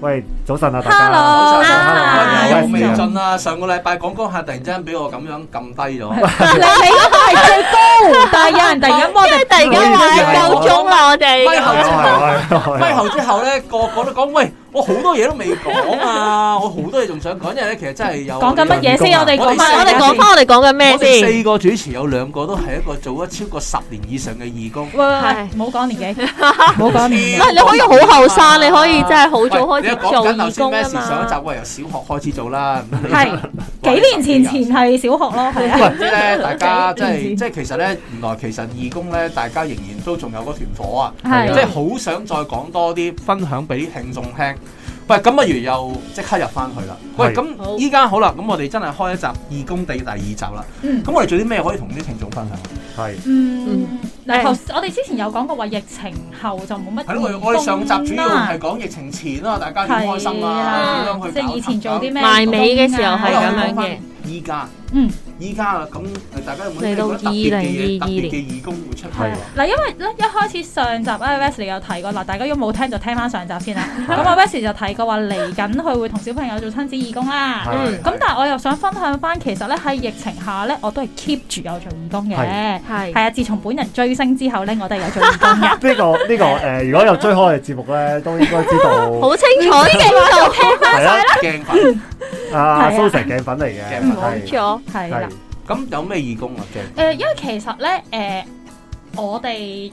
喂，早晨啊，大家。 Hello，Ờ, 早 à. 晨啊啊，hello，有未 Wesley 啊盡啊！上個禮拜講講下，突然之間俾我咁樣撳低咗。你你嗰個係最高，但係有人突然間幫我哋，突然間話夠鐘啦，啊我咪後係哋之後，啊係啊係啊咪後之後咧，個個都講喂，我好多嘢都未講啊， 我好多嘢仲想講，因為咧其實真係有講緊乜嘢先？我哋講唔係翻，我哋講翻我哋講緊咩我哋先？四個主持有兩個都係一個做咗超過十年以上嘅義工。喂喂係喂，唔好講年紀，唔好講唔年係紀。你可以好後生，你可以真係好喂早開你一始講做緊頭義先工咩啊事？上一集嘛。喂由小學開始做啦，咁 你係幾年前前係小學咯，係啊，唔知咧，大家即係幾年前即係其實咧，原來其實義工咧，大家仍然都仲有嗰團火啊，係即係好想再講多啲分享俾啲聽眾聽。喂，咁不如又即刻入翻去啦。喂，係咁依家好啦，咁我哋真係開一集義工地第二集啦。嗯咁我哋做啲咩可以同啲聽眾分享？係嗯，嗱，嗯頭我哋之前有講過話疫情後就冇乜係咯，我哋我哋上集主要義係講疫情前啦，大家工啦點開心啊，點係樣去即係以前做啲咩？咩啊賣尾嘅時候好係啦咁我樣哋講嘅返依家，嗯，依家啦，咁大家有冇啲嚟到咩特別嘅2022嘢特別嘅義工會出嚟係喎？嗱，因為咧一開始上集咧 Wesley 有提過，嗱大家如果冇聽就聽翻上集先啦。咁啊 Wesley 就提過話嚟緊佢會同小朋友做親子義工啦。係咁但係我又想分享翻，其實咧喺疫情下咧，我都係 keep 住有做義工嘅。係係係啊，自從本人追星之後咧，我都係有做義工嘅。呢個呢個誒，如果有追開我哋節目咧，都應該知道好清楚嘅呢係啊，鏡粉阿係啊蘇 Sir 鏡粉嚟嘅，鏡度，粉冇係錯。係啦 係，咁有咩義工啊？鏡誒、因為其實咧，誒、我哋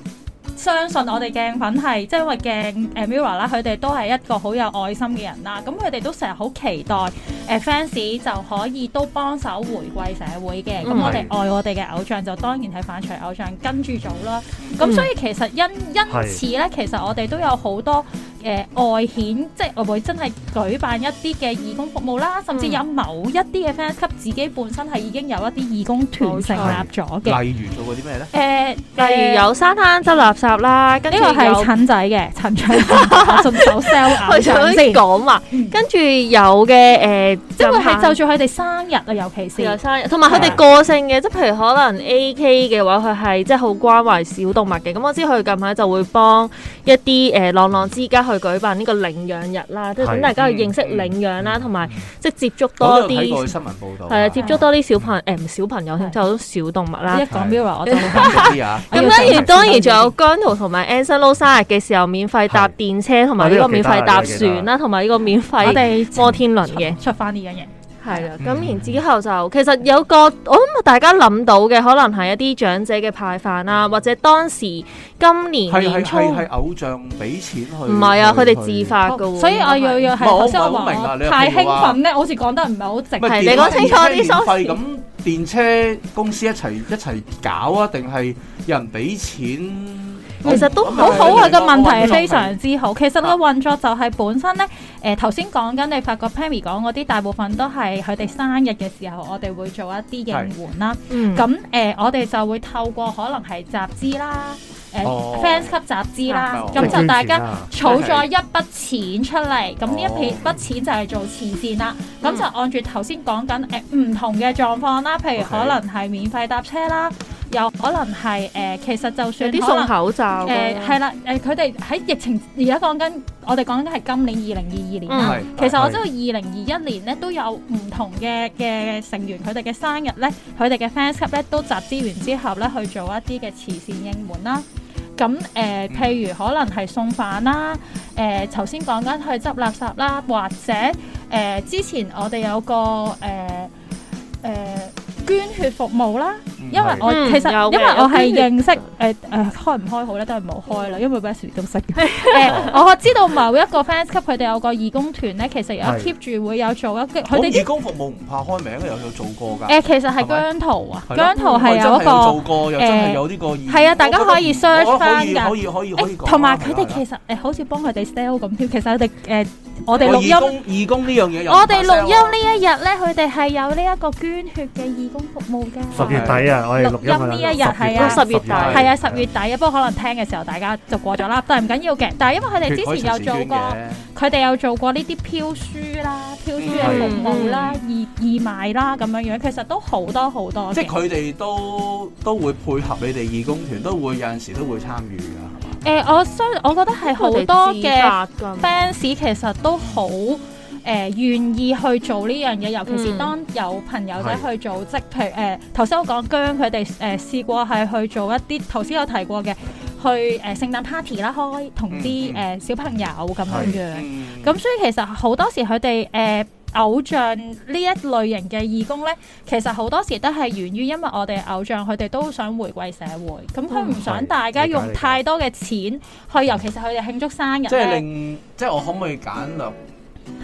相信我哋鏡粉係，即係因為鏡誒、Mirror 啦，佢哋都係一個好有愛心嘅人啦。咁佢哋都成日好期待誒、fans 就可以都幫手回饋社會嘅。咁、嗯我哋愛我哋嘅偶像，就當然係反除偶像跟住做啦。嗯咁所以其實因因此咧，其實我哋都有好多誒、外顯，即係我會真係舉辦一啲嘅義工服務啦，嗯甚至有某一啲嘅 fans 級自己本身係已經有一啲義工團成立咗嘅。例如做過啲咩咧？誒，例如有沙灘執垃圾啦，跟呃呢住個係有陳仔嘅陳長，我順 手 sell 佢眼想相先，講話，嗯跟住有嘅誒，即係會係就係住佢哋生日啊，尤其是有生日，同埋佢哋個性嘅，即係譬如可能 A.K. 嘅話，佢係即係好關懷小動物嘅。咁我知佢近排就會幫一啲誒浪浪之家去舉辦呢個領養日啦，即係等係大家去認識領養啦，同埋即係接觸嗯我多都有睇過哦啲，新聞報道，係啊，接觸多啲小朋誒唔小朋友添，係就好多小動物啦一。講 Mirror 我就會啲啊。 咁跟住當然仲有姜濤同埋 Anson Lo 生日嘅時候免費搭電車，同埋呢個免費搭船啦，同埋呢個免我費哋摩天輪嘅。出翻呢樣嘢，係啦，嗯咁然之後就其實有個我諗大家諗到嘅，可能係一啲長者嘅派飯啦，或者當時今年係係年初係唔係偶像俾錢去，唔係啊，佢哋自。發嘅喎，哦所以我要要係唔係我頭先我唔係好明啊話你又我太譬興如話奮咧，好似講得唔係好直唔。係係電你講清楚啲電車免費 source 咁電車公司一齊一齊搞啊，定係有人俾錢？其實都好好啊！個問題係非係常之好。其實個運作就係本身咧，誒頭先講緊，你發覺 Pammy 講嗰啲大部分都係佢哋生日嘅時候，我哋會做一啲應援啦。嗯咁誒、我哋就會透過可能係集資啦，誒、哦 fans 級集資啦，哦咁、即係就大捐錢家。啊儲咗一筆錢出嚟，咁呢一哦筆筆錢就係做慈善啦。咁嗯就按住頭先講緊誒唔同嘅狀況啦，譬如哦 OK 可能係免費搭車啦，又可能係誒、呃其實就有算啲可送能口罩誒係啦，誒佢哋喺疫情而家講緊，我哋講緊係今年二零二二年嗯啦。係其實我知道二零二一年咧都有唔同嘅嘅成員，佢哋嘅生日咧，佢哋嘅 fans club 咧都集資完之後咧去做一啲嘅慈善應援啦。咁誒、呃嗯譬如可能係送飯啦，誒頭先講緊去執垃圾啦，或者誒、呃之前我哋有個誒誒、呃呃捐血服務啦。嗯因為我嗯其實有嘅因為我係有捐嗯認識誒誒開唔開好咧，都係冇開啦，因為 Wesley 都識。 誒，呃哦我知道某一個 fans 級佢哋有個義工團咧，其實有係 keep 住會有做一啲佢我哋義啲工服務唔怕開名嘅，有有做過㗎。誒，其實係啊係咪姜濤啊，係咯姜濤係有一我真做個過，又真係有呢個義。係啊大家可以我覺得 search 返㗎可以可以可以可以誒，講啊同埋佢哋係啊其實呃誒好似幫佢哋 sell 咁添，其實佢哋誒我哋啊我錄義音。工義工呢樣嘢又唔怕 sell 啊，我哋錄音呢一日咧，佢哋係有呢一個捐血嘅義工服務㗎。十月底啊，我哋錄音錄音呢一日係哦啊十月底係啊，十月底啊，不過可能聽嘅時候大家就過咗啦，但係唔緊要嘅。但係因為佢哋之前有做過。佢哋有做過呢啲飄書啦、飄書嘅服務啦、義義賣啦咁樣樣，其實都好多好多嘅。即係佢哋都都會配合你哋義工團，都會有陣時都會參與㗎，係嘛？誒、我相我覺得係好多嘅 fans 其實都好誒、呃、願意去做呢樣嘢，尤其是嗯當有朋友仔去做，即譬如誒頭先我講姜佢哋誒試過係去做一啲頭先有提過嘅，去誒、呃、聖誕 party 啦，開同啲嗯誒小朋友咁樣係樣。嗯咁所以其實好多時佢哋誒偶像呢一類型嘅義工呢，其實好多時都係源於因為我哋偶像佢哋都想回歸社會，咁佢唔想大家用太多嘅錢去，尤其是佢哋慶祝生日即係咧，令，即係我可唔可以簡略？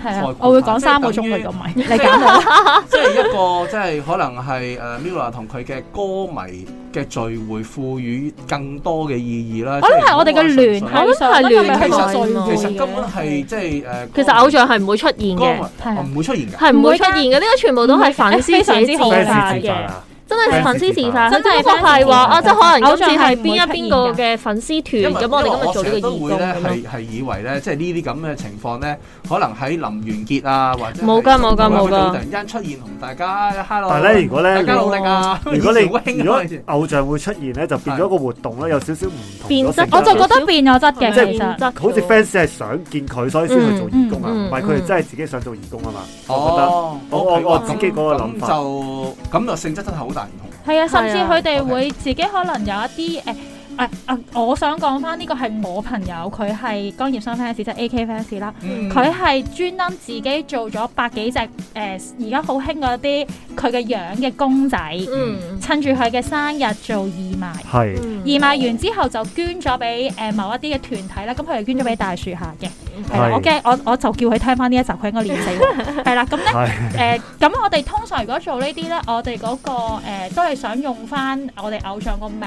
係概啊括，我會講三個鐘嚟咁咪，你揀啦， 即係一個即係可能係誒 Mila 同佢嘅歌迷嘅聚會，賦予更多嘅意義啦。我諗哦係我哋嘅聯即係唔好係話我繫上，因覺得為係聯繫佢上純粹聚會其實根本嘅係即係誒，歌迷其實偶像係唔會出現嘅，係啊哦唔會出現㗎。哦啊係唔會出現嘅，呢個全部都係粉絲自己自發嘅。 fans 啊真係粉絲自發，真佢係只不過係話， fans自發。哦，即係可能今次係邊一邊個嘅粉絲團，因為因為我咁我哋今日做成日都呢個義工會咧咁樣。係係以為咧，即係呢啲咁嘅情況咧，可能喺林元傑啊，或者係冇㗎冇㗎某冇㗎一個組突然間出現同大家 hello，但係咧，如果咧大，家努力啊！如 果你以前好興啊如果嗰陣時偶像會出現咧，就變咗個活動咧，有少少唔同咗變質性格我就覺得變咗質嘅，即係其實好似 fans 係想見佢，所以先去做義工啊，嗯嗯唔係佢嗯哋真係自己想做義工啊嘛。我哦，覺得我我 OK，我咁自己嗰個諗法咁就咁就性質真係好大唔同。係啊，甚至係啊佢哋會自己可能有一啲誒。誒啊！我想講翻呢個係我朋友，佢係江葉生 fans，即係 AK fans 啦。嗯佢係專登自己做咗百幾隻誒，而家好興嗰啲佢嘅樣嘅公仔，覺得，嗯，嗯，趁住佢嘅生日做義賣。係嗯義賣完之後就捐咗俾誒某一啲嘅團體啦，咁佢哋捐咗俾大樹下嘅。係啦，係我驚我我就叫佢聽翻呢一集，佢應該練死我。係啦，咁咧。係誒咁、我哋通常如果做呢啲咧，我哋嗰、個、呃、都係想用翻我哋偶像個名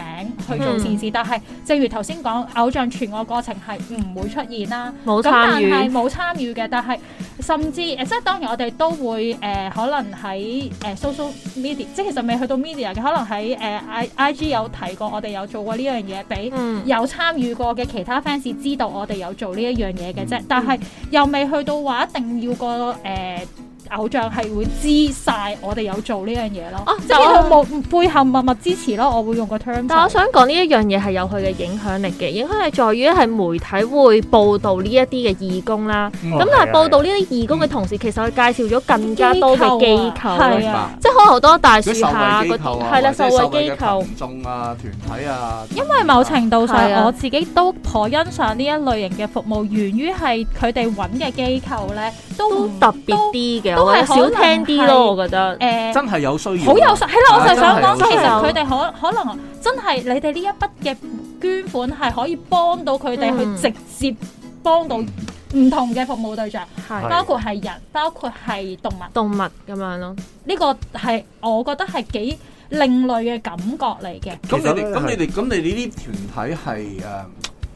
去嗯做善事，但係正如頭先講，偶像全個過程係唔會出現啦。冇咁但參與。係冇參與嘅，但係甚至誒，即係當然我哋都會誒、呃可能喺誒、呃 social media，即係其實未去到 media 嘅，可能喺誒、呃 I I G 有提過，我哋有做過呢樣嘢俾。嗯，有參與過嘅其他 fans 知道我哋有做呢一樣嘢嘅啫，但係又未去到話一定要個誒、呃偶像係會知晒我哋有做呢樣嘢咯。哦即係佢冇背後默默支持咯，我會用個 term 但我就係。想講呢一樣嘢係有佢嘅影響力嘅，影響力在於係媒體會報導呢一啲嘅義工啦。嗯咁哦但係係啊報導呢啲義工嘅同時，其實佢介紹咗更加多嘅機構係啦啊，明白嗯即係可能好多大樹佢受下惠嗰啲機構啊，係啦，或者受惠機嘅構。群眾啊、團體啊，因為某程度係上啊我自己都頗欣賞呢一類型嘅服務，源於係佢哋揾嘅機構咧都都唔特別啲嘅，都我覺得都係少可聽能啲係咯，我覺得。誒真係有需要，好有實，係啦！我就想講，啊真係有其需實要佢哋可可能真係你哋呢一筆嘅捐款係可以幫到佢哋嗯去直接幫到唔同嘅服務對象，係係包括係人，包括係動物。動物咁樣咯，呢個係我覺得係幾另類嘅感覺嚟 嘅。其咁你哋實呢咁你哋咁你呢啲團體係誒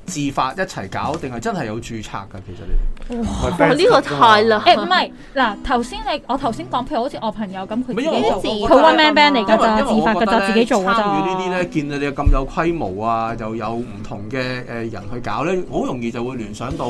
自發一齊搞，定係真係有註冊㗎？其實你唔係哇 fans 呢個太啦，誒唔係嗱，頭先你我頭先講，譬如好似我朋友咁，佢唔係自己因為做我過，我覺佢得啊 one man band 嚟因㗎為咋，自因為發我覺㗎得咋，自己做㗎咋。參與呢啲咧，見你哋咁有規模啊，又有唔同嘅誒呃人去搞咧，好容易就會聯想到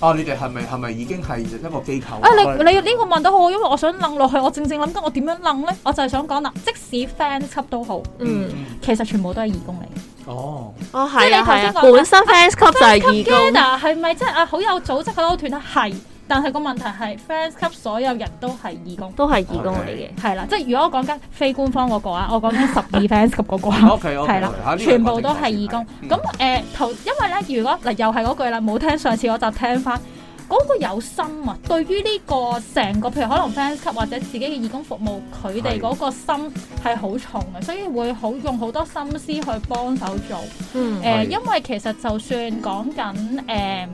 啊，你哋係咪係咪已經係一個機構啊！啊？你你呢個問得好好，因為我想楞落去，我正正諗緊我點樣楞咧，我就係想講啦，即使 fans 級都好，嗯，，其實全部都係義工嚟。哦，哦即係係你啊頭係啊先，講本身 fans club 就係義工， Gather 係咪即係啊好有組織好多團體係？但係個問題係 fans 級所有人都係義工，都係義工嚟嘅。係啦，即係如果我講緊非官方嗰個啊，我講緊十二 fans 級嗰個啊。 OK OK，係啦全部都係義工。咁誒頭，因為咧，如果嗱又係嗰句啦，冇聽上次嗰集聽翻。嗰個有心啊！對於呢個成個，譬如可能 fans 級或者自己嘅義工服務，佢哋係嗰個心係好重嘅，所以會好用好多心思去幫手做。誒、嗯，係因為其實就算講緊誒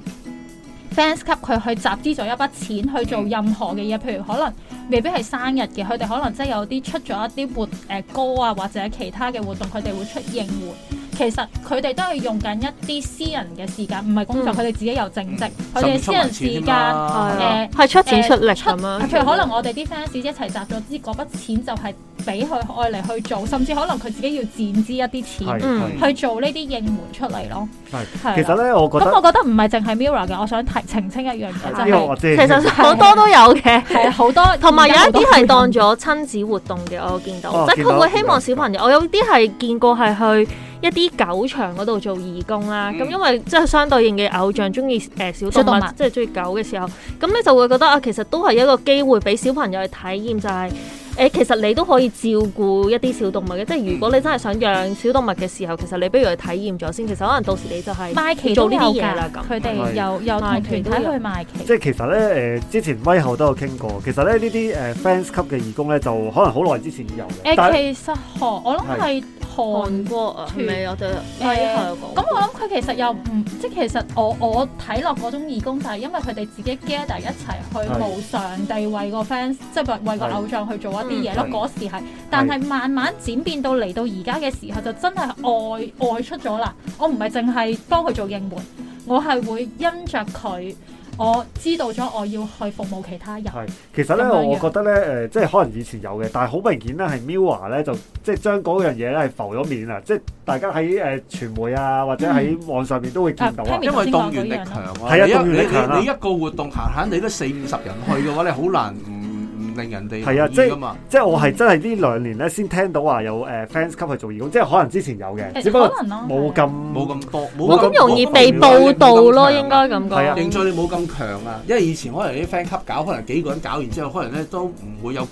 fans 級，佢去集資咗一筆錢去做任何嘅嘢，譬如可能未必係生日嘅，佢哋可能真係有啲出咗一啲活誒、歌啊，或者其他嘅活動，佢哋會出應援。其實佢哋都係用緊一啲私人嘅時間，唔係工作，嗯佢哋、自己有正職，佢甚哋、至私出埋人錢時添係間。啦啊，係出錢出力出咁啊樣。譬如可能我哋啲 fans 一齊集咗支嗰筆錢，就係俾佢愛嚟去做，甚至可能佢自己要墊資一啲係錢嗯係去做呢啲應援出嚟咯。係係其啦實咧，我覺咁得呃我覺得唔係淨係 Mirror 嘅，我想提澄清一樣呢嘢，就個係我其知。實好多都有嘅。係好多， 同埋有一啲係當咗咗親子活動嘅，我見到，哦即係見佢到會希望小朋友，我有啲係見過係去一啲狗場嗰度做義工啦。咁、嗯因為即係相對應嘅偶像中意誒小動物，小動物即係中意狗嘅時候，咁你就會覺得啊，其實都係一個機會俾小朋友去體驗，就係、誒、其實你都可以照顧一啲小動物嘅，即係如果你真係想養小動物嘅時候，其實你不如去體驗咗先。其實可能到時你就係、賣旗做都呢有啲嘢啦㗎，咁佢哋係又又同賣團旗體都去有賣旗，即係其實咧，誒、之前威後都有傾過，其實咧呢啲誒 fans 級嘅義工咧，就可能好耐之前已有嘅，誒但係其實韓我諗係韓韓國啊，係咪我哋誒威後講咁我諗佢其實又唔即係其實我我睇落嗰種義工就係因為佢哋自己 gather 一齊去係無償地為個 fans 即係為為個係偶像去做一啲嘢咯。嗯嗰時係，但係慢慢轉變到嚟到而家嘅時候，就真係外外出咗啦。我唔係淨係幫佢做應援，我係會因着佢，我知道咗我要去服務其他人。係其實咧，咁樣我樣覺得咧，誒、即係可能以前有嘅，但係好明顯咧，係 Miwa 咧就即係將嗰樣嘢咧係浮咗面啊！即係大家喺誒、傳媒啊，或者喺網上面都會見到啊啊，聽因為動員力強啊，係啊你一動員力強啊你你你一個活動閒閒你都四五十人去嘅話，你好難唔唔令人哋係啊留意即係㗎嘛。即係我係真係呢兩年咧先聽到話有誒 fans 級去做義工，即係可能之前有嘅，誒只不過可能啊咯冇咁冇咁多，冇冇咁容易被冇咁報導咯，應應該嗯該咁係啊講。認罪你冇咁強啊，因為以前可能啲 friend 級搞，可能幾個人搞完之後，可能咧都唔會有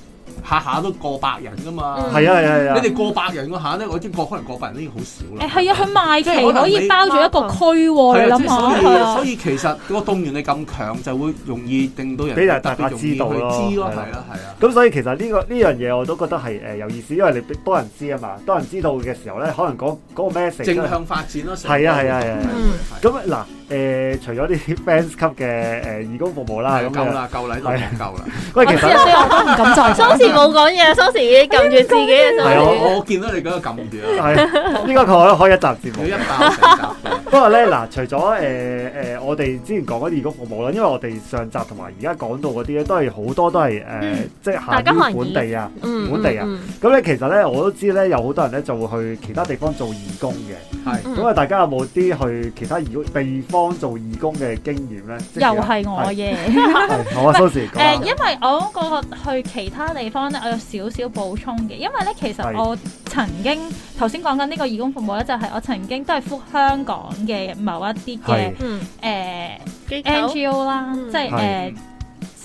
下下都過百人噶嘛。嗯係啊係啊係啊你哋過百人嗰下咧，我知過可能過百人都已經好少誒啦。係啊，佢賣即係可旗能可以你包住一個區喎，係你啊，即諗係所以下所。以其實個動員力咁強，就會容易令到人俾人特別容易去知大家知道咯係咯，啊係啦係啊。咁所以其實呢、個呢樣嘢我都覺得係誒、有意思，因為你多人知啊嘛，多人知道嘅時候咧，可能嗰、嗰個 message 正真係向發展咯，成係啊係啊係啊個嗯係咁嗱誒，除咗啲 fans 級嘅誒義工服務啦，咁係夠樣啦夠啦，呢度講夠啦。喂，我其知實啊，所以我都唔敢再蘇講。士冇講嘢，蘇士已經撳住自己嘅係啊蘇士。我我見到你嗰個撳住啊，係呢個可以開一集節要一目。爆成集嘅。不過咧嗱，除咗誒誒，我哋之前講嗰啲義工服務啦，因為我哋上集同埋而家講到嗰啲咧，都係好多都係誒、嗯即大係家限可能於本地啊。嗯本地啊嗯咁咧其實咧，我都知咧，有好多人咧就會去其他地方做義工嘅。係嗯咁啊，大家有冇啲去其他義工地方做義工嘅經驗 咧？即又係 係我嘅。係好啊，蘇時誒、講啊。因為我嗰個去其他地方咧，我有少少補充嘅，因為咧其實係我曾經頭先講緊呢個義工服務咧，就係、我曾經都係覆香港嘅某一啲嘅係嗯，誒機構 NGO 啦，嗯即係誒。係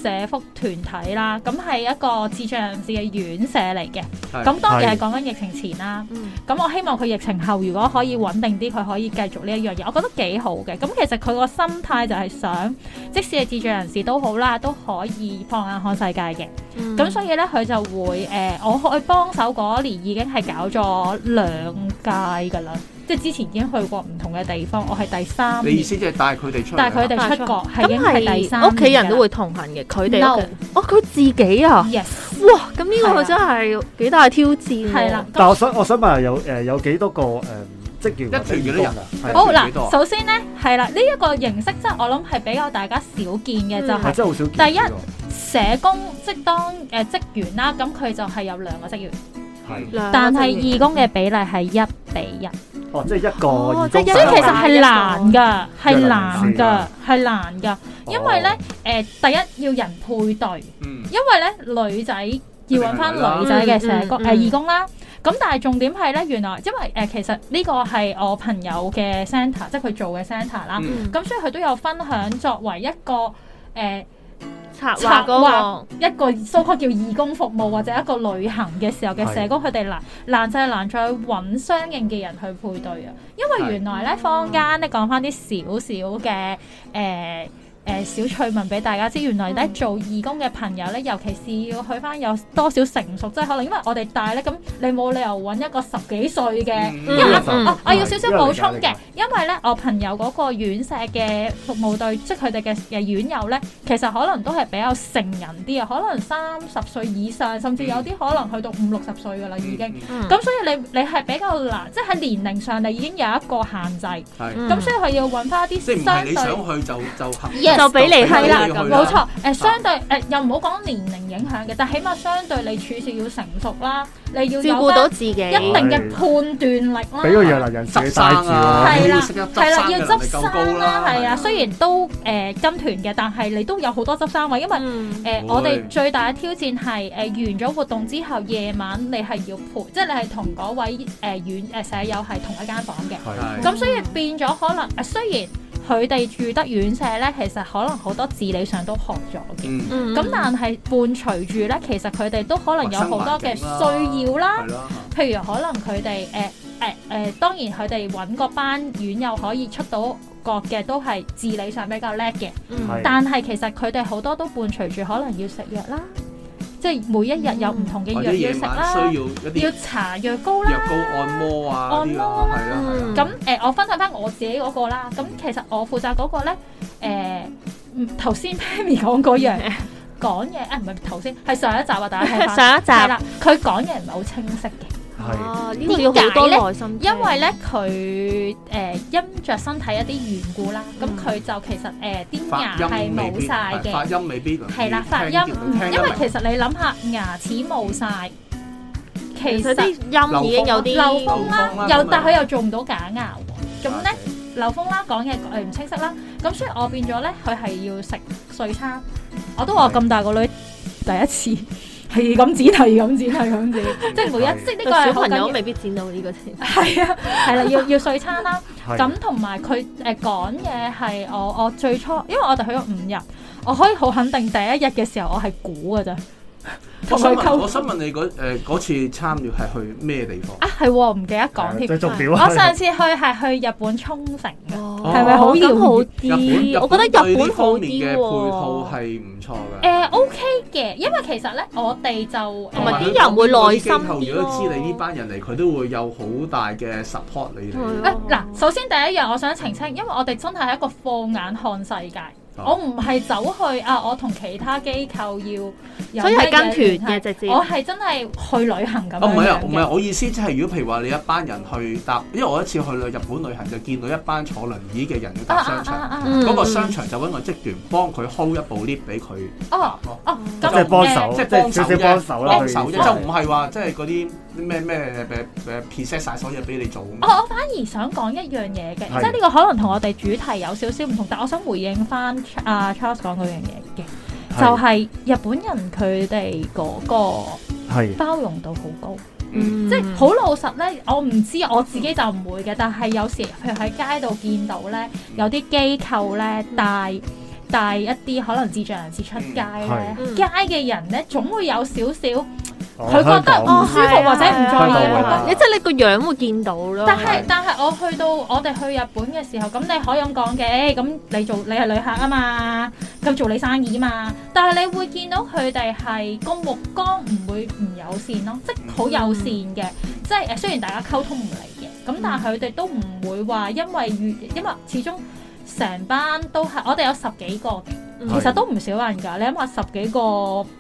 社福團體啦，咁係一個智障人士嘅院舍嚟嘅，係咁當然係係講緊疫情前啦。嗯咁我希望佢疫情後如果可以穩定啲，佢可以繼續呢一樣嘢，我覺得幾好嘅。咁其實佢個心態就係想，即使係智障人士都好啦，都可以放眼看世界嘅。嗯咁、所以呢，佢就會誒、呃我去幫手嗰年已經係搞咗兩屆㗎啦，即係之前已經去過唔同嘅地方，我係第三你意年，思即係帶佢哋出嚟啊？但係佢哋出國係已經係第三咁係年屋企人都會同行嘅，佢哋 No 屋企哦，佢自己啊， yes 哇！咁呢個真係幾大挑戰喎。係啦。但我想我想問下有誒有幾多個誒職員或者一團幾義工多人啊？一係好幾多啊嗱，首先呢，係啦，呢、一個形式即係我諗係比較大家少見嘅，嗯就係係真係好少見第一喎。社工即係當誒職員啦，咁佢就係有兩個職員，係兩個但係職員義工嘅比例係一比一，哦，即係一個哦義即工手係一所以其實啊。係難㗎，係一難個人㗎，係難㗎，因為咧誒第一要人配對，嗯因為咧女仔要揾翻女仔嘅社工嗯嗯嗯誒義工啦。咁但係重點係咧，原來因為誒其實呢個係我朋友嘅 centre，即係佢做嘅 centre 啦。嗯嗯咁所以佢都有分享作為一個誒、呃策劃嗰一個 so called 叫義工服務或者一個旅行嘅時候嘅社工，佢哋難難就係難在揾相應嘅人去配對啊，因為原來咧坊間咧講翻啲少少嘅誒。誒小趣聞俾大家知，原來咧嗯做義工嘅朋友咧，尤其是要去翻有多少成熟，即係可能因為我哋大咧，咁你冇理由揾一個十幾歲嘅。嗯因因為為啊嗯啊我要少少補充因為嘅，因為咧我朋友嗰個院舍嘅服務隊，即係佢哋嘅嘅院友咧，其實可能都係比較成人啲啊，可能三十歲以上，甚至有啲可能去到五六十歲噶啦已經。嗯個，咁所以你你係比較難，即係喺年齡上你已經有一個限制，係嗯咁所以佢要揾翻一即係唔啲相係你對想去就就行 Yes Yes 就俾你係係啦，啦就俾咁你去啊冇錯。誒，相對誒，又唔好講年齡影響嘅，但起碼相對你處事要成熟啦，你要照有顧翻到自己。一定嘅判斷力啦。俾個弱能人士執去帶生住啊，啦係，啦要識得係執啦，要生嘅能力執夠生高啦，係嗯啊。啊雖然都誒跟團嘅，但係你都有好多執生位，因為嗯誒、我哋最大嘅挑戰係誒、完咗活動之後，夜晚你係要陪，即係你係同嗰位誒遠誒舍友係同一間房嘅。係咁所以變咗可能誒、呃雖然佢哋住得院舍咧，其實可能好多自理上都學咗嘅。嗯嗯咁、但係伴隨住咧，其實佢哋都可能有好多嘅陌生環需境要啦。係啦，譬如可能佢哋誒誒誒，當然佢哋揾個班院友可以出到國嘅，都係自理上比較叻嘅。係但係其實佢哋好多都伴隨住可能要食藥啦，即係每一日有唔同嘅嗯或藥者要夜食晚需要啦，一啲要搽藥膏啦。藥膏按摩啊呢按啲摩啊，係啦啦係啦嗯咁誒、呃我分享翻我自己嗰個啦。咁其實我負責嗰個咧，誒嗯頭先 Pammy 講嗰樣 講嘢，啊誒唔係頭先係上一集啊，大家聽翻。上一係集啦，佢講嘢唔係好清晰嘅，係哦，呢個要好多耐心機，因為咧嗯佢誒因着身體一啲緣故啦，咁嗯佢就其實誒啲牙發係音未冇必晒係嘅。發音未必能係啦，聽發音，見嗯聽得因為明其實你諗下，牙齒冇晒，其其實實啲音已經啊有啲漏風啦漏風啦，又咁但啊佢又做唔到假牙喎，咁咧漏風啦，講嘢誒唔清晰啦，咁所以我變咗咧，佢係要食碎餐，我都話我咁大個女第一次。 係咁剪，係咁剪，係 咁剪，即係每一，即係呢個係小好朋緊友要，未必剪到呢個情況。係啊，係啦，要要碎餐啦。係咁同埋佢誒講嘢係我我最初，因為我哋去咗五日，我可以好肯定第一日嘅時候我係估嘅咋，啊我同想佢問，我溝想問你嗰誒嗰次參與係去咩地方？啊係喎，唔記得講最添。重要啊 我上次去係去日本沖繩嘅，哦係係咪好遙遠咁好日本，啲？我覺得日對本呢好方面啲嘅配套喎。係唔錯嘅。誒 OK 嘅，因為其實咧我哋就同埋啲誒人會耐心啲咯佢嗰啲機構如果知你呢班人嚟，佢都會有好大嘅 support 你係哋。啊誒嗱，首先第一樣我想澄清，因為我哋真係一個放眼看世界，啊我唔係走去啊，我同其他機構要有所以係哦乜跟嘢團嘅聯繫直接我係真係去旅行咁樣哦，唔係啊，樣唔嘅係，我意思即係如果譬如話你一班人去搭，因為我一次去日本旅行就見到一班坐輪椅嘅人去啊搭啊商啊場，啊啊！嗯嗰個商場就揾個職員幫佢 hold 一部 lift 俾佢哦搭咯。哦，嗯即咁係幫誒手，即係即係幫手少少啫幫手啦，幫手啫，佢意思就唔係話即係嗰啲咩呃咩誒誒 preset 晒所有嘢俾你做咁呃哦我我反而想講一樣嘢嘅，係即係呢個可能同我哋主題有少少唔同，但我想回應翻阿 Charles 講嗰樣嘢嘅，就係日本人佢哋嗰個係包容度好高，嗯即係好老實咧。我唔知我自己就唔會嘅，但係有時譬如喺街度見到咧，有啲機構咧帶帶一啲可能智障人士出街咧，嗯街嘅人咧總會有少少佢哦覺香得港唔舒服哦或者唔係啊啊在意，係啊覺得係啊。你即係你個樣會見到咯。但係但係我去到我哋去日本嘅時候，咁你可以咁講嘅，咁你做你係旅客啊嘛，咁做你生意嘛。但係你會見到佢哋係個目光唔會唔友善咯，即係好友善嘅，即係誒雖然大家溝通唔嚟嘅，咁但係佢哋都唔會話因為遇因為始終成班都係我哋有十幾個嘅，嗯其實都唔少人㗎。你諗下十幾個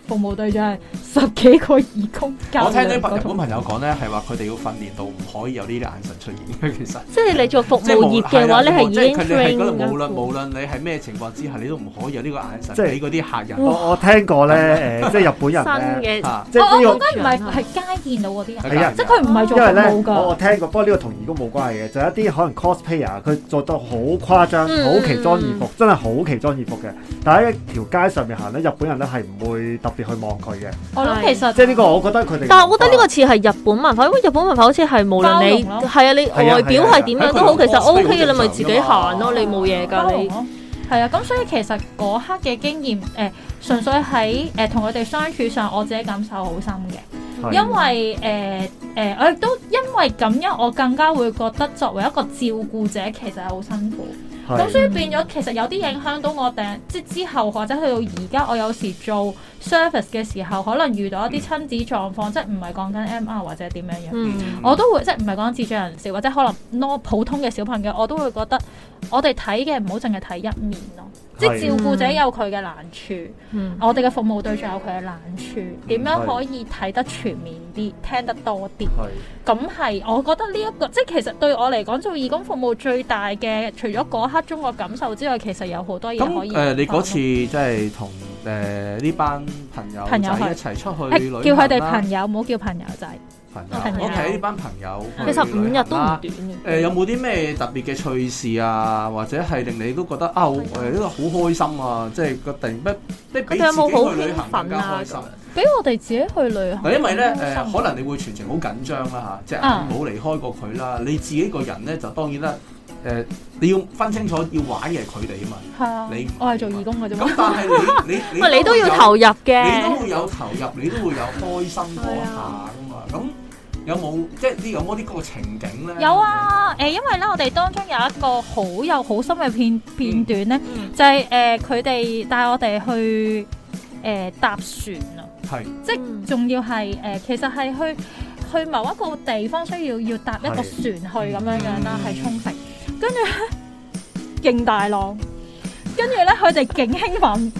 服務對象，十幾個義工，我聽啲朋教兩個日本同朋友講咧，係話佢哋要訓練到唔可以有呢啲眼神出現嘅，其實即係你做服即係啊無務業哦嘅話，你啦係已即係經佢哋係 train 覺得㗎無論喎無論你係咩情況之下，你都唔可以有呢個眼神即係俾嗰啲客人我我聽過咧，誒，即係日本人新咧，嘅嚇。即係啊我我呢覺得唔係係街見到嗰啲人，係啊即係佢唔係個，做因服為咧務我我㗎。聽過，不過呢個同義工冇關係嘅，就有一啲可能 cosplayer 佢做到好誇張，嗯好奇裝異服，真係好奇裝異服嘅。但喺條街上面行咧，日本人咧係唔會特別去望佢嘅，我諗其實即係呢個我覺得佢哋。哦但係我覺得呢個似係日本文化，因為日本文化好似係無論你包容咯係啊，你外表係點樣都好，其係啊係實啊 O K 嘅，你咪自己行咯，係啊你冇嘢包㗎，容你咯。係啊，咁所以其實嗰刻嘅經驗，誒、純粹喺誒同佢哋相處上，我自己感受好深嘅，係因為誒誒、我亦都因為咁樣，我更加會覺得作為一個照顧者其實係好辛苦，咁係所以變咗其實有啲影響到我哋，即係之後或者去到而家，我有時做 service 嘅時候，可能遇到一嗯啲親子狀況，即係唔係講緊 M R 或者點樣樣。嗯我都會即係唔係講智障人士或者可能 no 普通嘅小朋友，我都會覺得我哋睇嘅唔好淨係睇一面咯，即係係照顧者有佢嘅難處，嗯我哋嘅服務對象有佢嘅難處，點樣嗯係可以睇得全面啲，聽得多啲？係咁係，我覺得呢、一個即係其實對我嚟講做義工服務最大嘅，除咗嗰刻中個感受之外，其實有好多嘢可咁以誒、分享。你嗰次即係同誒呢班朋友仔朋友去一齊出去旅行啊啦誒叫佢哋朋友，唔好叫朋友仔。朋朋友友，OK 呢班朋友去其實五日旅都行唔啦短嘅。誒、有冇啲咩特別嘅趣事啊，或者係令你都覺得啊誒呢、個好開心啊，即係個突然不即係比佢哋有自冇己好去旅興行更奮加啊開？心。俾我哋自己去旅行。嗱，因為咧誒、好開心可能你會全程好緊張嗯啦嚇，隻眼啊冇離開過佢啦。你自己個人咧就當然啦，誒、你要分清楚要玩嘅係佢哋啊嘛。係啊你我係做義工嘅啫咁嘛。但係 你你你啊喂，你都會要有投入你都嘅。會有投入，你都會有開心嗰一下噶嘛。咁有冇即係呢有冇啲嗰個情景咧？有，啊，誒、因為咧，我哋當中有一個好有好深嘅片片段咧，嗯就係誒佢哋帶我哋去誒、呃搭船啊，係即係仲要係誒、呃其實係去去某一個地方需要要搭一個船係去咁樣樣嗯啦，係沖繩，跟住咧勁大浪，跟住咧佢哋勁興奮，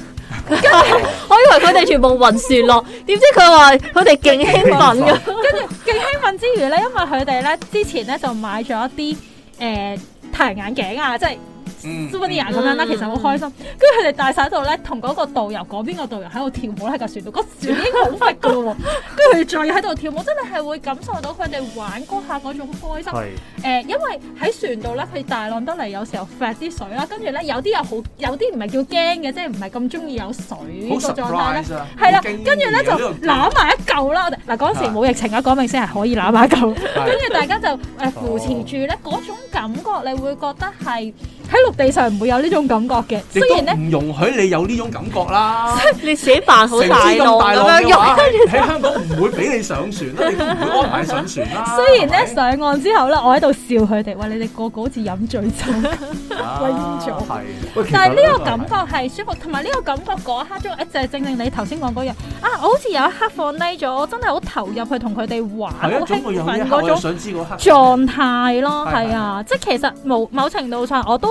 我以為佢哋全部暈船落， 點知佢話佢哋勁興奮嘅。勁興奮之餘咧，因為佢哋咧之前咧就買咗一啲誒、呃太陽眼鏡啊，即係。嗯 s u p e r i a 咁樣啦，嗯其實好開心。跟住佢哋大晒喺度咧，同嗰個導遊嗰邊個導遊喺度跳舞啦喺架船度，個船已經好快噶咯喎。跟住佢再喺度跳舞，真係係會感受到佢哋玩嗰下嗰種開心。誒、係因為喺船度咧，佢大浪得嚟，有時候揈啲水啊啦，跟住咧有啲又好，有啲唔係叫驚嘅，即係唔係咁中意有水好個狀態咧。 surprise à. 啊！係啦，好驚跟住異啊咧呢就個攬埋一嚿啦！我哋嗱嗰時冇疫情啊，講明先係可以攬埋一嚿。跟係住大家就誒扶持住咧，嗰種感覺你會覺得係喺陸地上唔會有呢種感覺嘅。雖然亦都咧，唔容許你有呢種感覺啦。你自己扮好成支大浪咁大浪咁嘅話樣，喺香港唔會俾你上船啦，你都唔會安排上船啦。雖然咧係上岸之後咧，我喺度笑佢哋，話你哋個個好似飲醉酒，咪啊喂厭咗係喂，其但係實呢個感覺係舒服，同埋呢個感覺嗰一刻中，就係正正你頭先講嗰樣啊！我好似有一刻放低咗，我真係好投入去同佢哋玩，好係一興種會有奮啲嗰刻，種我想知嗰刻狀態咯，係係啊，即係其實某某程度上我都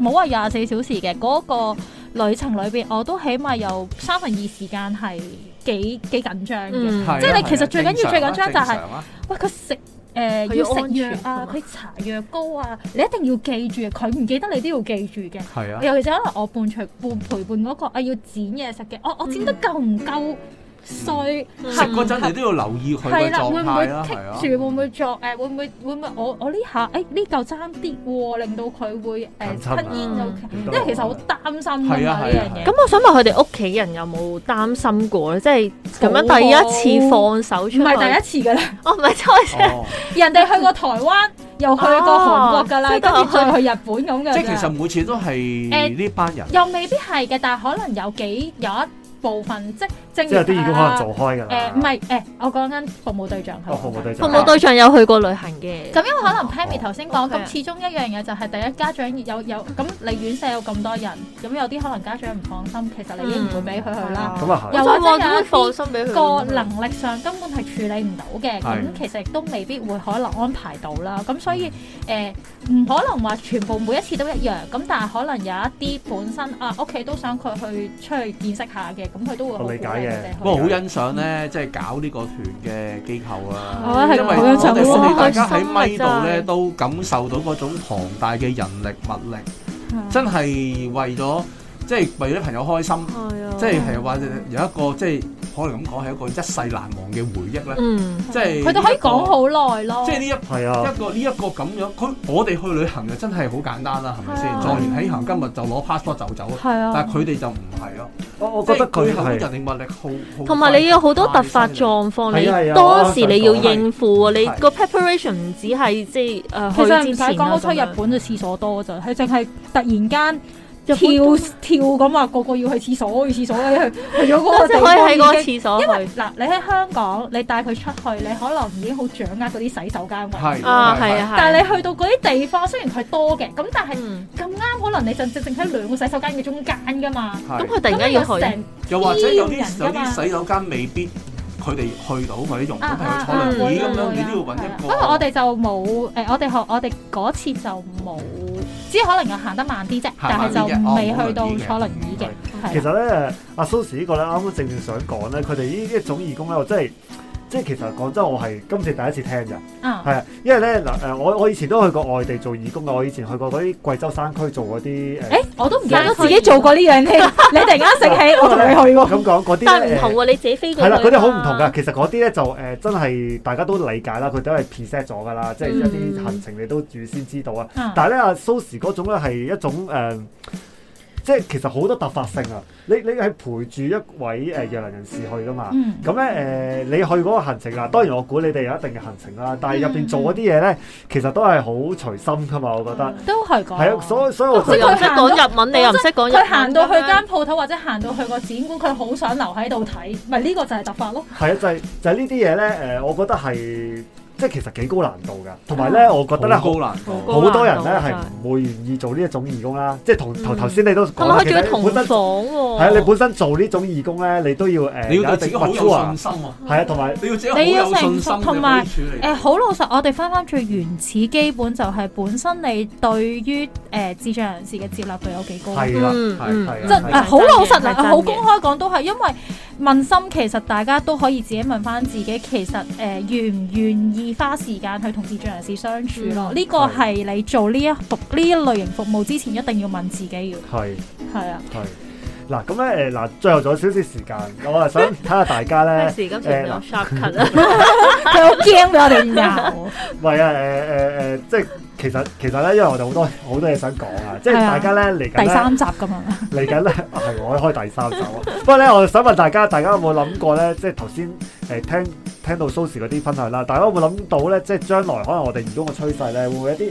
冇話廿四小時嘅嗰、個旅程裏邊，我都起碼有三分二時間係幾幾緊張嘅。嗯，係啊即係你係啊其實最緊要正常最緊啊張就正係常啊喂，佢食誒佢要要食安全藥啊㗎嘛，佢搽藥膏啊，你一定要記住，佢唔記得你都要記住嘅。係啊。尤其是可能我伴隨伴陪伴嗰、個啊要剪嘢食嘅，我我剪得夠唔夠碎？嗯食嗰陣你都要留意佢係嘅啦，狀會唔會態啦，係啊棘。住？會唔會作？誒，會唔會會唔會我我呢下誒呢嚿爭啲喎，令到佢會誒近親啊吞煙到嗯佢？因因為其實好擔心㗎嘛係啊呢係啊樣嘢。咁我想問佢哋屋企人有冇擔心過咧？即係咁樣第一次放手出去，唔係第一次㗎啦，哦，唔係 即係 哦，人哋去過台灣，又去過韓國㗎啦，哦跟住再去日本咁嘅啫。即係其實每次都係呢班人。又未必係嘅，但係可能有幾有一部分即係正啊即係啲義工可能做開㗎啦誒。唔係誒，我講緊服務對象係哦服務對服象務對象有去過旅行嘅，咁因為可能 Pammy 頭先講，哦，OK 啊咁始終一樣嘢就係第一家長有有咁，你院舍有咁多人，咁有啲可能家長唔放心，其實你已經唔會俾佢去嗯啦。咁啊係又又或或者有者一啲點會放心俾佢個能力上根本係處理唔到嘅，咁係其實亦都未必會可能安排到啦。咁所以誒，唔、可能話全部每一次都一樣，咁但係可能有一啲本身啊屋企都想佢去出去見識下嘅，咁佢都會好我理哦解嘅不過嘅。好欣賞咧，即係搞呢個團嘅機構啊，我係因為好我欣賞哋喎我哋大好開家喺心啊咪度咧真係都感受到嗰種龐大嘅人力物力，嗯真係為咗即係為咗朋友開心，係啊，即係係話有一個即係可能咁講係一個一世難忘嘅回憶咧，嗯即係佢都可以講好耐咯即。係呢一係啊，一個呢一個咁樣，佢我哋去旅行就真係好簡單啦，係咪係先？啊壯年起行，今日就攞 passport 就走啊！係啊但係佢哋就唔係咯，我我即覺係得佢佢係係人力物力好好，同埋你有好多突發狀況，係啊係你啊當時你要應付啊，我都你想講個 preparation 唔止係即係其誒實去唔之使前講啦好出咁日樣本嘅廁所多咋，佢淨係突然間跳日本都跳咁話，個個要去廁所，去廁所去去咗嗰 個即地係可以方喺嗰個已廁經。所因為去。嗱，你喺香港，你帶佢出去，你可能已經好掌握嗰啲洗手間位係置。啊，係啊，係啊但係你去到嗰啲地方，雖然佢多嘅，咁但係嗯咁啱，可能你就正正喺兩個洗手間嘅中間㗎嘛。咁係佢突然間要咁你有去，成又或者有啲醫人有㗎嘛啲洗手間未必佢哋去到，或者用唔啊到，啊係啊！坐輪會椅咁啊樣，會你啊都要揾係啊一個。不過我哋就冇誒，我哋學我哋嗰次就冇只可能又行得慢啲啫，但係行慢啲啫就哦未冇去到輪椅嘅坐輪椅嘅，係其啦實咧，阿 Susie 呢個咧，啱啱正正想講咧，佢哋呢一種義工咧，我真係即係其實講真，我係今次第一次聽咋。啊係啊，因為咧嗱誒，我我以前都去過外地做義工嘅，我以前去過嗰啲貴州山區做嗰啲誒，誒，我都唔記但得係我咗自己做過呢樣添，你突然間醒起，我同你去過。咁講嗰啲但係唔咧同誒喎，你自己飛過係去啊啦，嗰啲好唔同㗎噶。。其實嗰啲咧就誒真係大家都理解啦，佢都係 preset 咗噶啦，即嗯係一啲行程你都預先知道啊。啊但係咧，阿 Susie 嗰種咧係一種誒、即係其實好多突發性啊！你你係陪住一位誒、弱能人士去噶嘛？嗯咁咧誒，你去嗰個行程啊，當然我估你哋有一定嘅行程啦，但係入邊做嗰啲嘢咧，其實都係好隨心噶嘛，我覺得。都去過。係啊，所以所以我佢就又唔識講日文，你又唔識講日文。佢行到去間鋪頭或者行到去個展館，佢好想留喺度睇，咪呢個就係突發咯。係啊，就係、就係呢啲嘢咧誒，我覺得係即係其實幾高難度㗎，同埋咧，我覺得咧好好高難度。嗯好高好多人咧難度係真係唔會願意做呢一種義工啦，即係同頭嗯頭先你都同講埋啦，佢其仲要實同本身房喎。係啊，你本身做呢種義工咧，你都要誒你要有一對自定己好有 mature 信心啊！係啊，同埋你要自己好有信心，同埋你可以處理誒、好老實，我哋翻翻最原始基本就係本身你對於誒、智障人士嘅接納度有幾高。啊係啊啦，嗯嗯係即係係誒啊好老實係真嚟，嘅好公開講都係，因為問心其實大家都可以自己問翻自己，其實誒、願唔願意花時間去同智障人士相處咯？嗯呢個係你做呢一服呢一類型服務之前一定要問自己嘅，係係啊，係。嗱咁咧誒嗱，最後仲有少少時間，我啊想睇下大家咧咩事？今次誒有嗱 sharp cut 啊！佢好驚俾我哋鬧，唔係啊誒誒誒，即係其實其實咧，因為我哋好多好多嘢想講啊，即係係啊大家咧嚟緊第咧。三集咁樣。嚟緊咧，哦係我開第三集啊！不過咧，我想問大家，大家有冇諗過咧？即係頭先誒聽聽到 Susie 嗰啲分享啦，大家有冇諗到咧？即係將來可能我哋義工嘅趨勢咧，會唔會一啲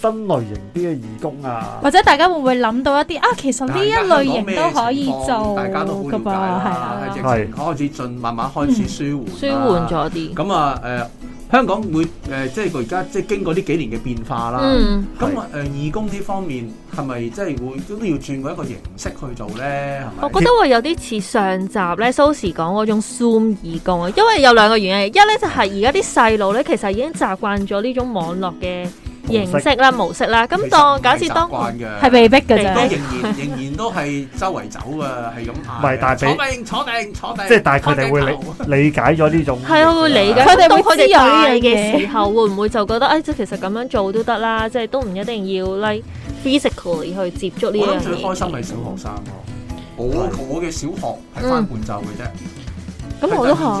新類型啲嘅義工啊？或者大家會唔會諗到一啲啊？其實呢一類型都可以做大家都好了噶噃，解係嗯啦，啊疫，係情開始進，慢慢開始舒緩啦，舒緩咗啲。咁啊誒，香港會誒、即係佢而家即係經過呢幾年嘅變化啦。嗯，咁啊誒，義工呢方面係咪即係會都都要轉過一個形式去做咧？我係咪？覺得會有啲似上集咧，Sosze 講嗰種 Zoom 義工啊，因為有兩個原因，一咧就係而家啲細路咧其實已經習慣咗呢種網絡嘅形式啦、模式啦。咁當假設當其實唔係習慣嘅係被逼嘅被都逼啫。仍然仍然都係周圍走啊，係咁嗌嘅。唔係但係坐定坐定坐定，即係但係佢哋會坐理定頭理解咗呢種啊係啊我會理解，佢當哋會佢知哋有呢大樣嘢嘅時候，會唔會就覺得誒，即係其實咁樣做都得啦，即係都唔一定要 like physically 去接觸呢我樣諗最開心係嘢。小學生咯。嗯我我嘅小學係翻半晝嘅啫，嗯咁我都係突然之間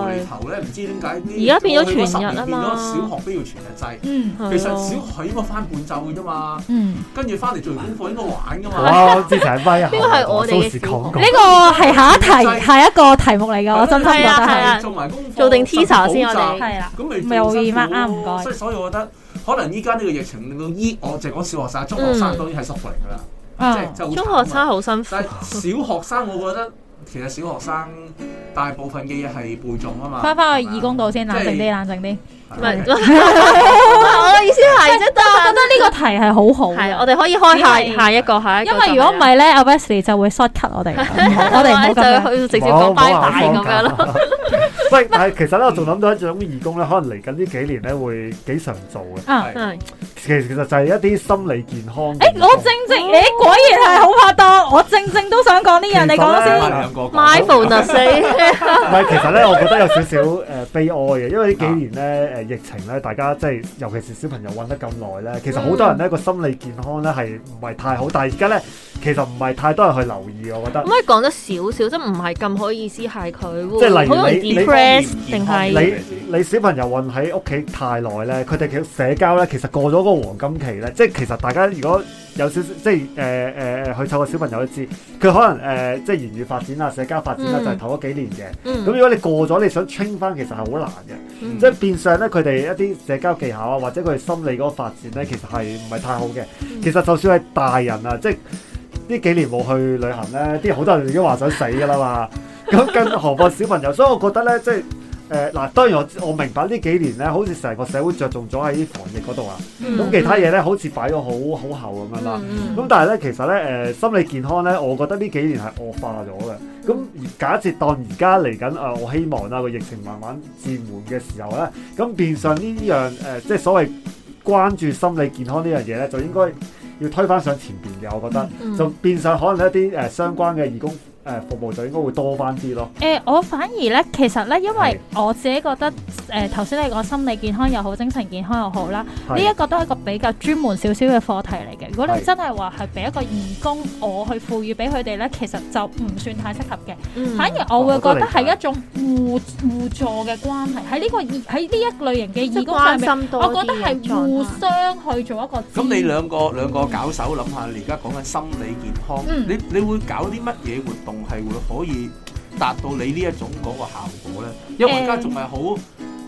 無端端無厘係，頭咧，唔知點解呢而家變咗我去嗰十全日年啊變咗嘛小學都要全日制。嗯其實小學應該翻半晝嘅啫嘛，嗯，跟住翻嚟做完功課應該玩噶嘛。哇！我之前喺咪呢呢個係我哋嘅小講過學呢個係下一題，下一個題目嚟㗎，我真心覺得係啊係。做埋功課，做定 teaser 先我哋係啦，咁咪咪做會辛苦 mark 啱啊唔該所以所以我覺得可能依家呢個疫情令到醫，我淨係講小學生，中學生當然係 suffering 㗎啦，即係嗯，真係好慘啊中學生好辛苦但。係小學生，我覺得其實小學生大部分嘅嘢係背誦啊嘛。翻返去義工度先，冷靜即啲，係冷靜啲。唔係， 我嘅意 思係啫，我覺得呢個題係好好嘅，係我哋可以開因為下下一個下一個因就係啦。為如果唔係咧，阿 Wesley 就會 short cut 我哋， 我哋唔好咁樣。就去直接講拜拜咁樣咯。咯。喂，但係其實咧，我仲諗到一種義工咧，可能嚟緊呢幾年咧會幾常做嘅。啊，係係其實其實就係一啲心理健康嘅誒，義工。我正正誒，果然係好拍檔，我正正都想講呢樣，你講其咗先實。兩個講 mindfulness，唔係，其實咧，我覺得有少少誒悲哀嘅，因為呢幾年咧誒疫情咧，大家即係尤其是小朋友韞得咁耐咧，其實好多人咧個心理健康咧係唔係太好，但係而家咧其實唔係太多人去留意，我覺可得唔。可以講得少少？即係唔係咁好意思，係佢即係例會如好容易你你 depress 定係你你小朋友韞喺屋企太耐咧，佢哋嘅社交咧其實過咗個黃金期咧，即係其實大家如果有少少即係誒誒誒去湊個小朋友都知，佢可能誒、呃即係言語發展啊、社交發展啊，嗯就係頭嗰幾年嘅。咁、嗯如果你過咗，你想 train 翻，其實係好難嘅。嗯即係變相咧，佢哋一啲社交技巧啊，或者佢哋心理嗰個發展咧，其實係唔係太好嘅。嗯其實就算係大人啊，即係呢幾年冇去旅行咧，啲好多人已經話想死㗎啦 嘛。咁更何況小朋友，所以我覺得咧，即係誒嗱，當然我我明白呢幾年咧，好似成個社會着重咗喺防疫嗰度啊，咁其他嘢咧好似擺咗好好後咁樣啦。嗯咁但係咧，其實咧，誒、心理健康咧，我覺得呢幾年係惡化咗嘅。咁而假設當而家嚟緊誒，我啊呃希望啦個疫情慢慢漸緩嘅時候咧，咁變相呢樣誒、即係所謂關注心理健康呢樣嘢咧，就應該要推返上前邊嘅，我覺得。嗯就變相可能一啲誒、呃相關嘅義工誒、呃服務就應該會多翻啲咯。誒、我反而咧，其實咧，因為我自己覺得誒頭先你講心理健康又好，精神健康又好啦，呢一係個都係一個比較專門少少嘅課題嚟嘅。如果你係真係話係俾一個義工我去賦予俾佢哋咧，其實就唔算太適合嘅。嗯反而我會我都覺得理解係一種互互助嘅關係，喺呢個義喺呢一類型嘅即義係工上關面，心多我覺得啲嘅係互狀態相去做一個支咁你兩個兩個搞手諗下，你而家講緊心理健康，嗯你你會搞啲乜嘢活動係會可以達到你呢一種嗰個效果咧？因為而家誒仲係好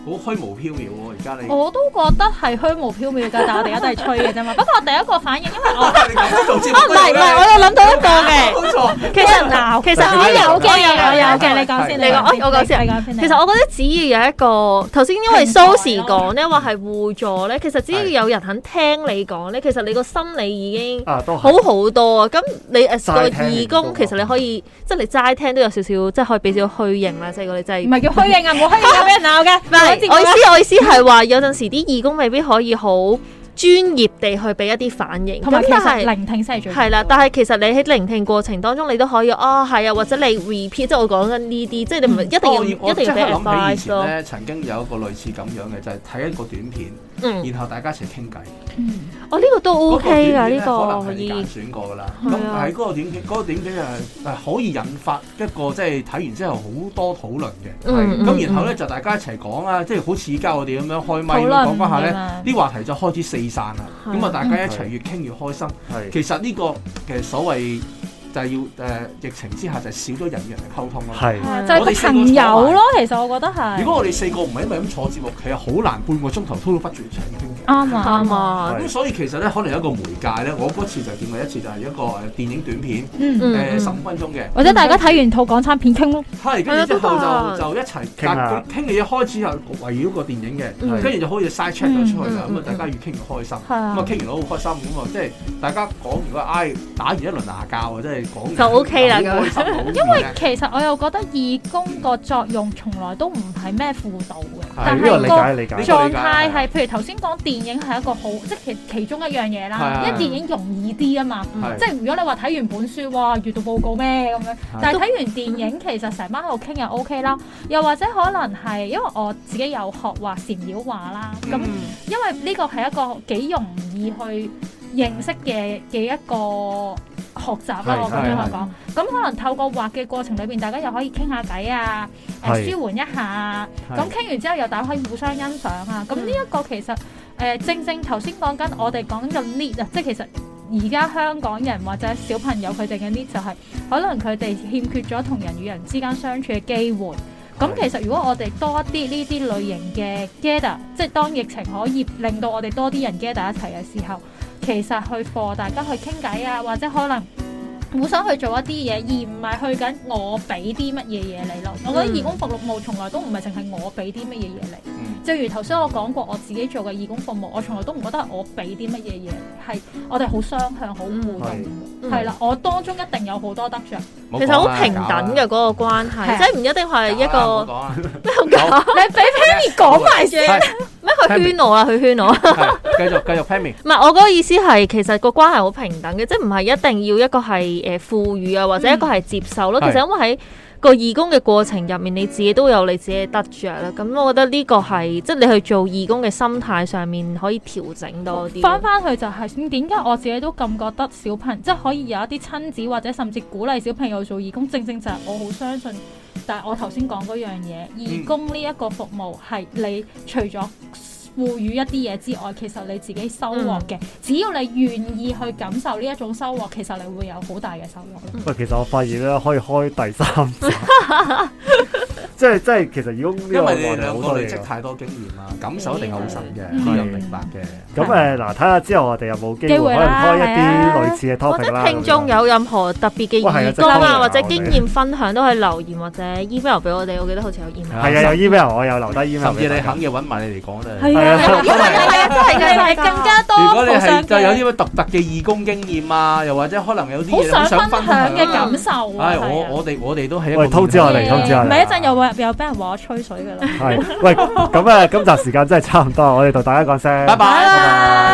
好虛無縹緲喎，而家你。我都覺得係虛無縹緲㗎，但我哋而家都係吹嘅啫 嘛。不過我第一個反應，因為我你咁樣做節啊目 唔都有係唔咧係，我有諗到一個嘅。冇錯， 其實嗱，其實我有嘅，有有有嘅。你講先，你講講我我講先你講 先。其實我覺得只要有一個頭先，因為平台咯 Sosze 講咧話係互助咧，其實只要有人肯聽你講咧，其實你個心理已經啊，都好係好多啊。咁你誒個齋聽義工都好其實你可以即係你齋聽都有少少，即係可以俾少啊少虛應啦。即係如果你真唔係。係叫虛應啊，冇虛應就俾人鬧唔係，嘅。我意思我意思係話有陣時啲義工未必可以好專業地去俾一啲反應，同埋咁其但實係。聆聽先係最係啦，但係其實你喺聆聽過程當中，你都可以啊，係啊，或者你 repeat，即係我講緊呢啲，即係你唔係嗯一定我要哦我一定要即俾刻諗起以 advice 前咯。咧，曾經有一個類似咁樣嘅，就係睇一個短片，嗯，哦然後大家一齊傾偈。我呢個都 OK 㗎，呢嗰個個可短片咧可能係以你。揀選過㗎啦。係咁啊喺嗰個短片，嗰個短片係係可以引發一個即係睇完之後好多討論嘅。嗯，咁然後咧，咧就大家一齊講啊，即係好似而家我哋咁樣開咪咁討論講翻下咧，呢啲話題就開始四散啦。係咁啊，大家一齊嗯越傾越開心。係其實呢個其實所謂就係要誒、呃疫情之下就係少咗人與人嘅溝通啊啦。係就係個朋友咯。其實我覺得係如果我哋四個唔係因為咁坐節目，其實好難半個鐘頭滔滔不絕長傾嘅。啱啊啱，啊，咁所以其實咧，可能有一個媒介咧，我嗰次就見過一次，就係一個誒電影短片，嗯，誒嗯十五分鐘嘅，或者大家睇完套港產片傾咯，係跟住之係啊後都得就就一齊傾下但傾嘅嘢開始係圍繞個電影嘅，嗯跟住就好似 side check 咗出去啦，嗯嗯咁啊大家越傾越開心。係啊咁啊，傾完好開心咁啊，即係大家講完個唉，打完一輪牙交啊，即係講完就 OK 啦好開心好因為其實我又覺得義工個作用從來都唔係咩輔導嘅，但係呢個理係個解理解呢個狀態係，譬如頭先講電影係一個好，即係其其中一樣嘢係啦。啊因為電影容易啲啊嘛，係即係如果你話睇完本書，哇，閲讀報告咩咁樣，但係睇完電影其實成班喺度傾又 OK 啦。又或者可能係因為我自己有學畫禪繞畫啦，咁嗯因為呢個係一個幾容易去認識嘅嘅一個學習啦，係我咁樣去係講。咁可能透過畫嘅過程裏邊，大家又可以傾下偈啊，誒係舒緩一下。啊係咁傾完之後又大家可以互相欣賞啊。咁呢一個其實誒、呃正正頭先講緊我哋講緊嘅 need 啊，即係其實。而家香港人或者小朋友佢哋嘅 need 就係、可能佢哋欠缺咗同人與人之間相處嘅機會。咁其實如果我哋多一啲呢啲類型嘅 gather，即係當疫情可以令到我哋多啲人 gather 一齊嘅時候，其實去課大家去傾偈啊，或者可能互相去做一啲嘢，而唔係去緊我俾啲乜嘢嘢你咯。我覺得義工服務從來都唔係淨係我俾啲乜嘢嘢你。正如頭先我講過，我自己做嘅義工服務，我從來都唔覺得係我俾啲乜嘢嘢你，係我哋好雙向、好互動係嘅。係啦，我當中一定有好多得着。其實好平等嘅，嗰個關係啊係，即係唔一定係一好個講啊咩 好搞你俾 Pammy 講埋先。 係咩佢圈我啦，佢圈我。係繼續繼續 Pammy，唔係，我嗰個意思係其實個關係好平等嘅，即係唔係一定要一個係誒賦予啊，或者一個係接受咯。嗯其實因為喺個義工嘅過程入面，你自己都有你自己嘅得着啦。咁我覺得呢個係即係你去做義工嘅心態上面可以調整多啲。翻翻去就係、咁點解我自己都咁覺得小朋即係可以有一啲親子或者甚至鼓勵小朋友做義工，正正就係我好相信。但係我頭先講嗰樣嘢，義工呢一個服務係你除咗賦予一啲嘢之外，其實你自己收穫嘅。只要你願意去感受呢一種收穫，其實你會有好大嘅收穫嗯咯。喂，其實我發現咧，可以開第 三集，即係即係其實如果呢因個為話你題哋好兩個多累嘢積㗎。太多經驗啦，感受一定係好深嘅，嗯呢樣明白嘅。咁誒嗱，睇下之後我哋有冇機機會會可能啦開一係啊啲類似嘅或 topic 啦。者聽眾咁樣有任何特別嘅哇係啊義工真係啊，啊或者經驗分享都可以留言或者 email 俾我哋，我記得好似有 email。係啊，有 email 我有留低 email 甚俾至大你家。肯嘅揾埋你嚟講咧。係啊因為係啊，真係嘅，係更加多如果你係好想就有嘅啲乜獨特嘅義工經驗啊，又或者可能有啲好嘢好想想分分享享嘅感感受啊，唉，係啊我我哋我哋都係一喂個通知我嚟面通知我嚟唔係一陣又話啦，又俾人話我吹水噶啦。係，喂，咁啊，今集時間真係差唔多，我哋同大家講聲，拜拜。拜拜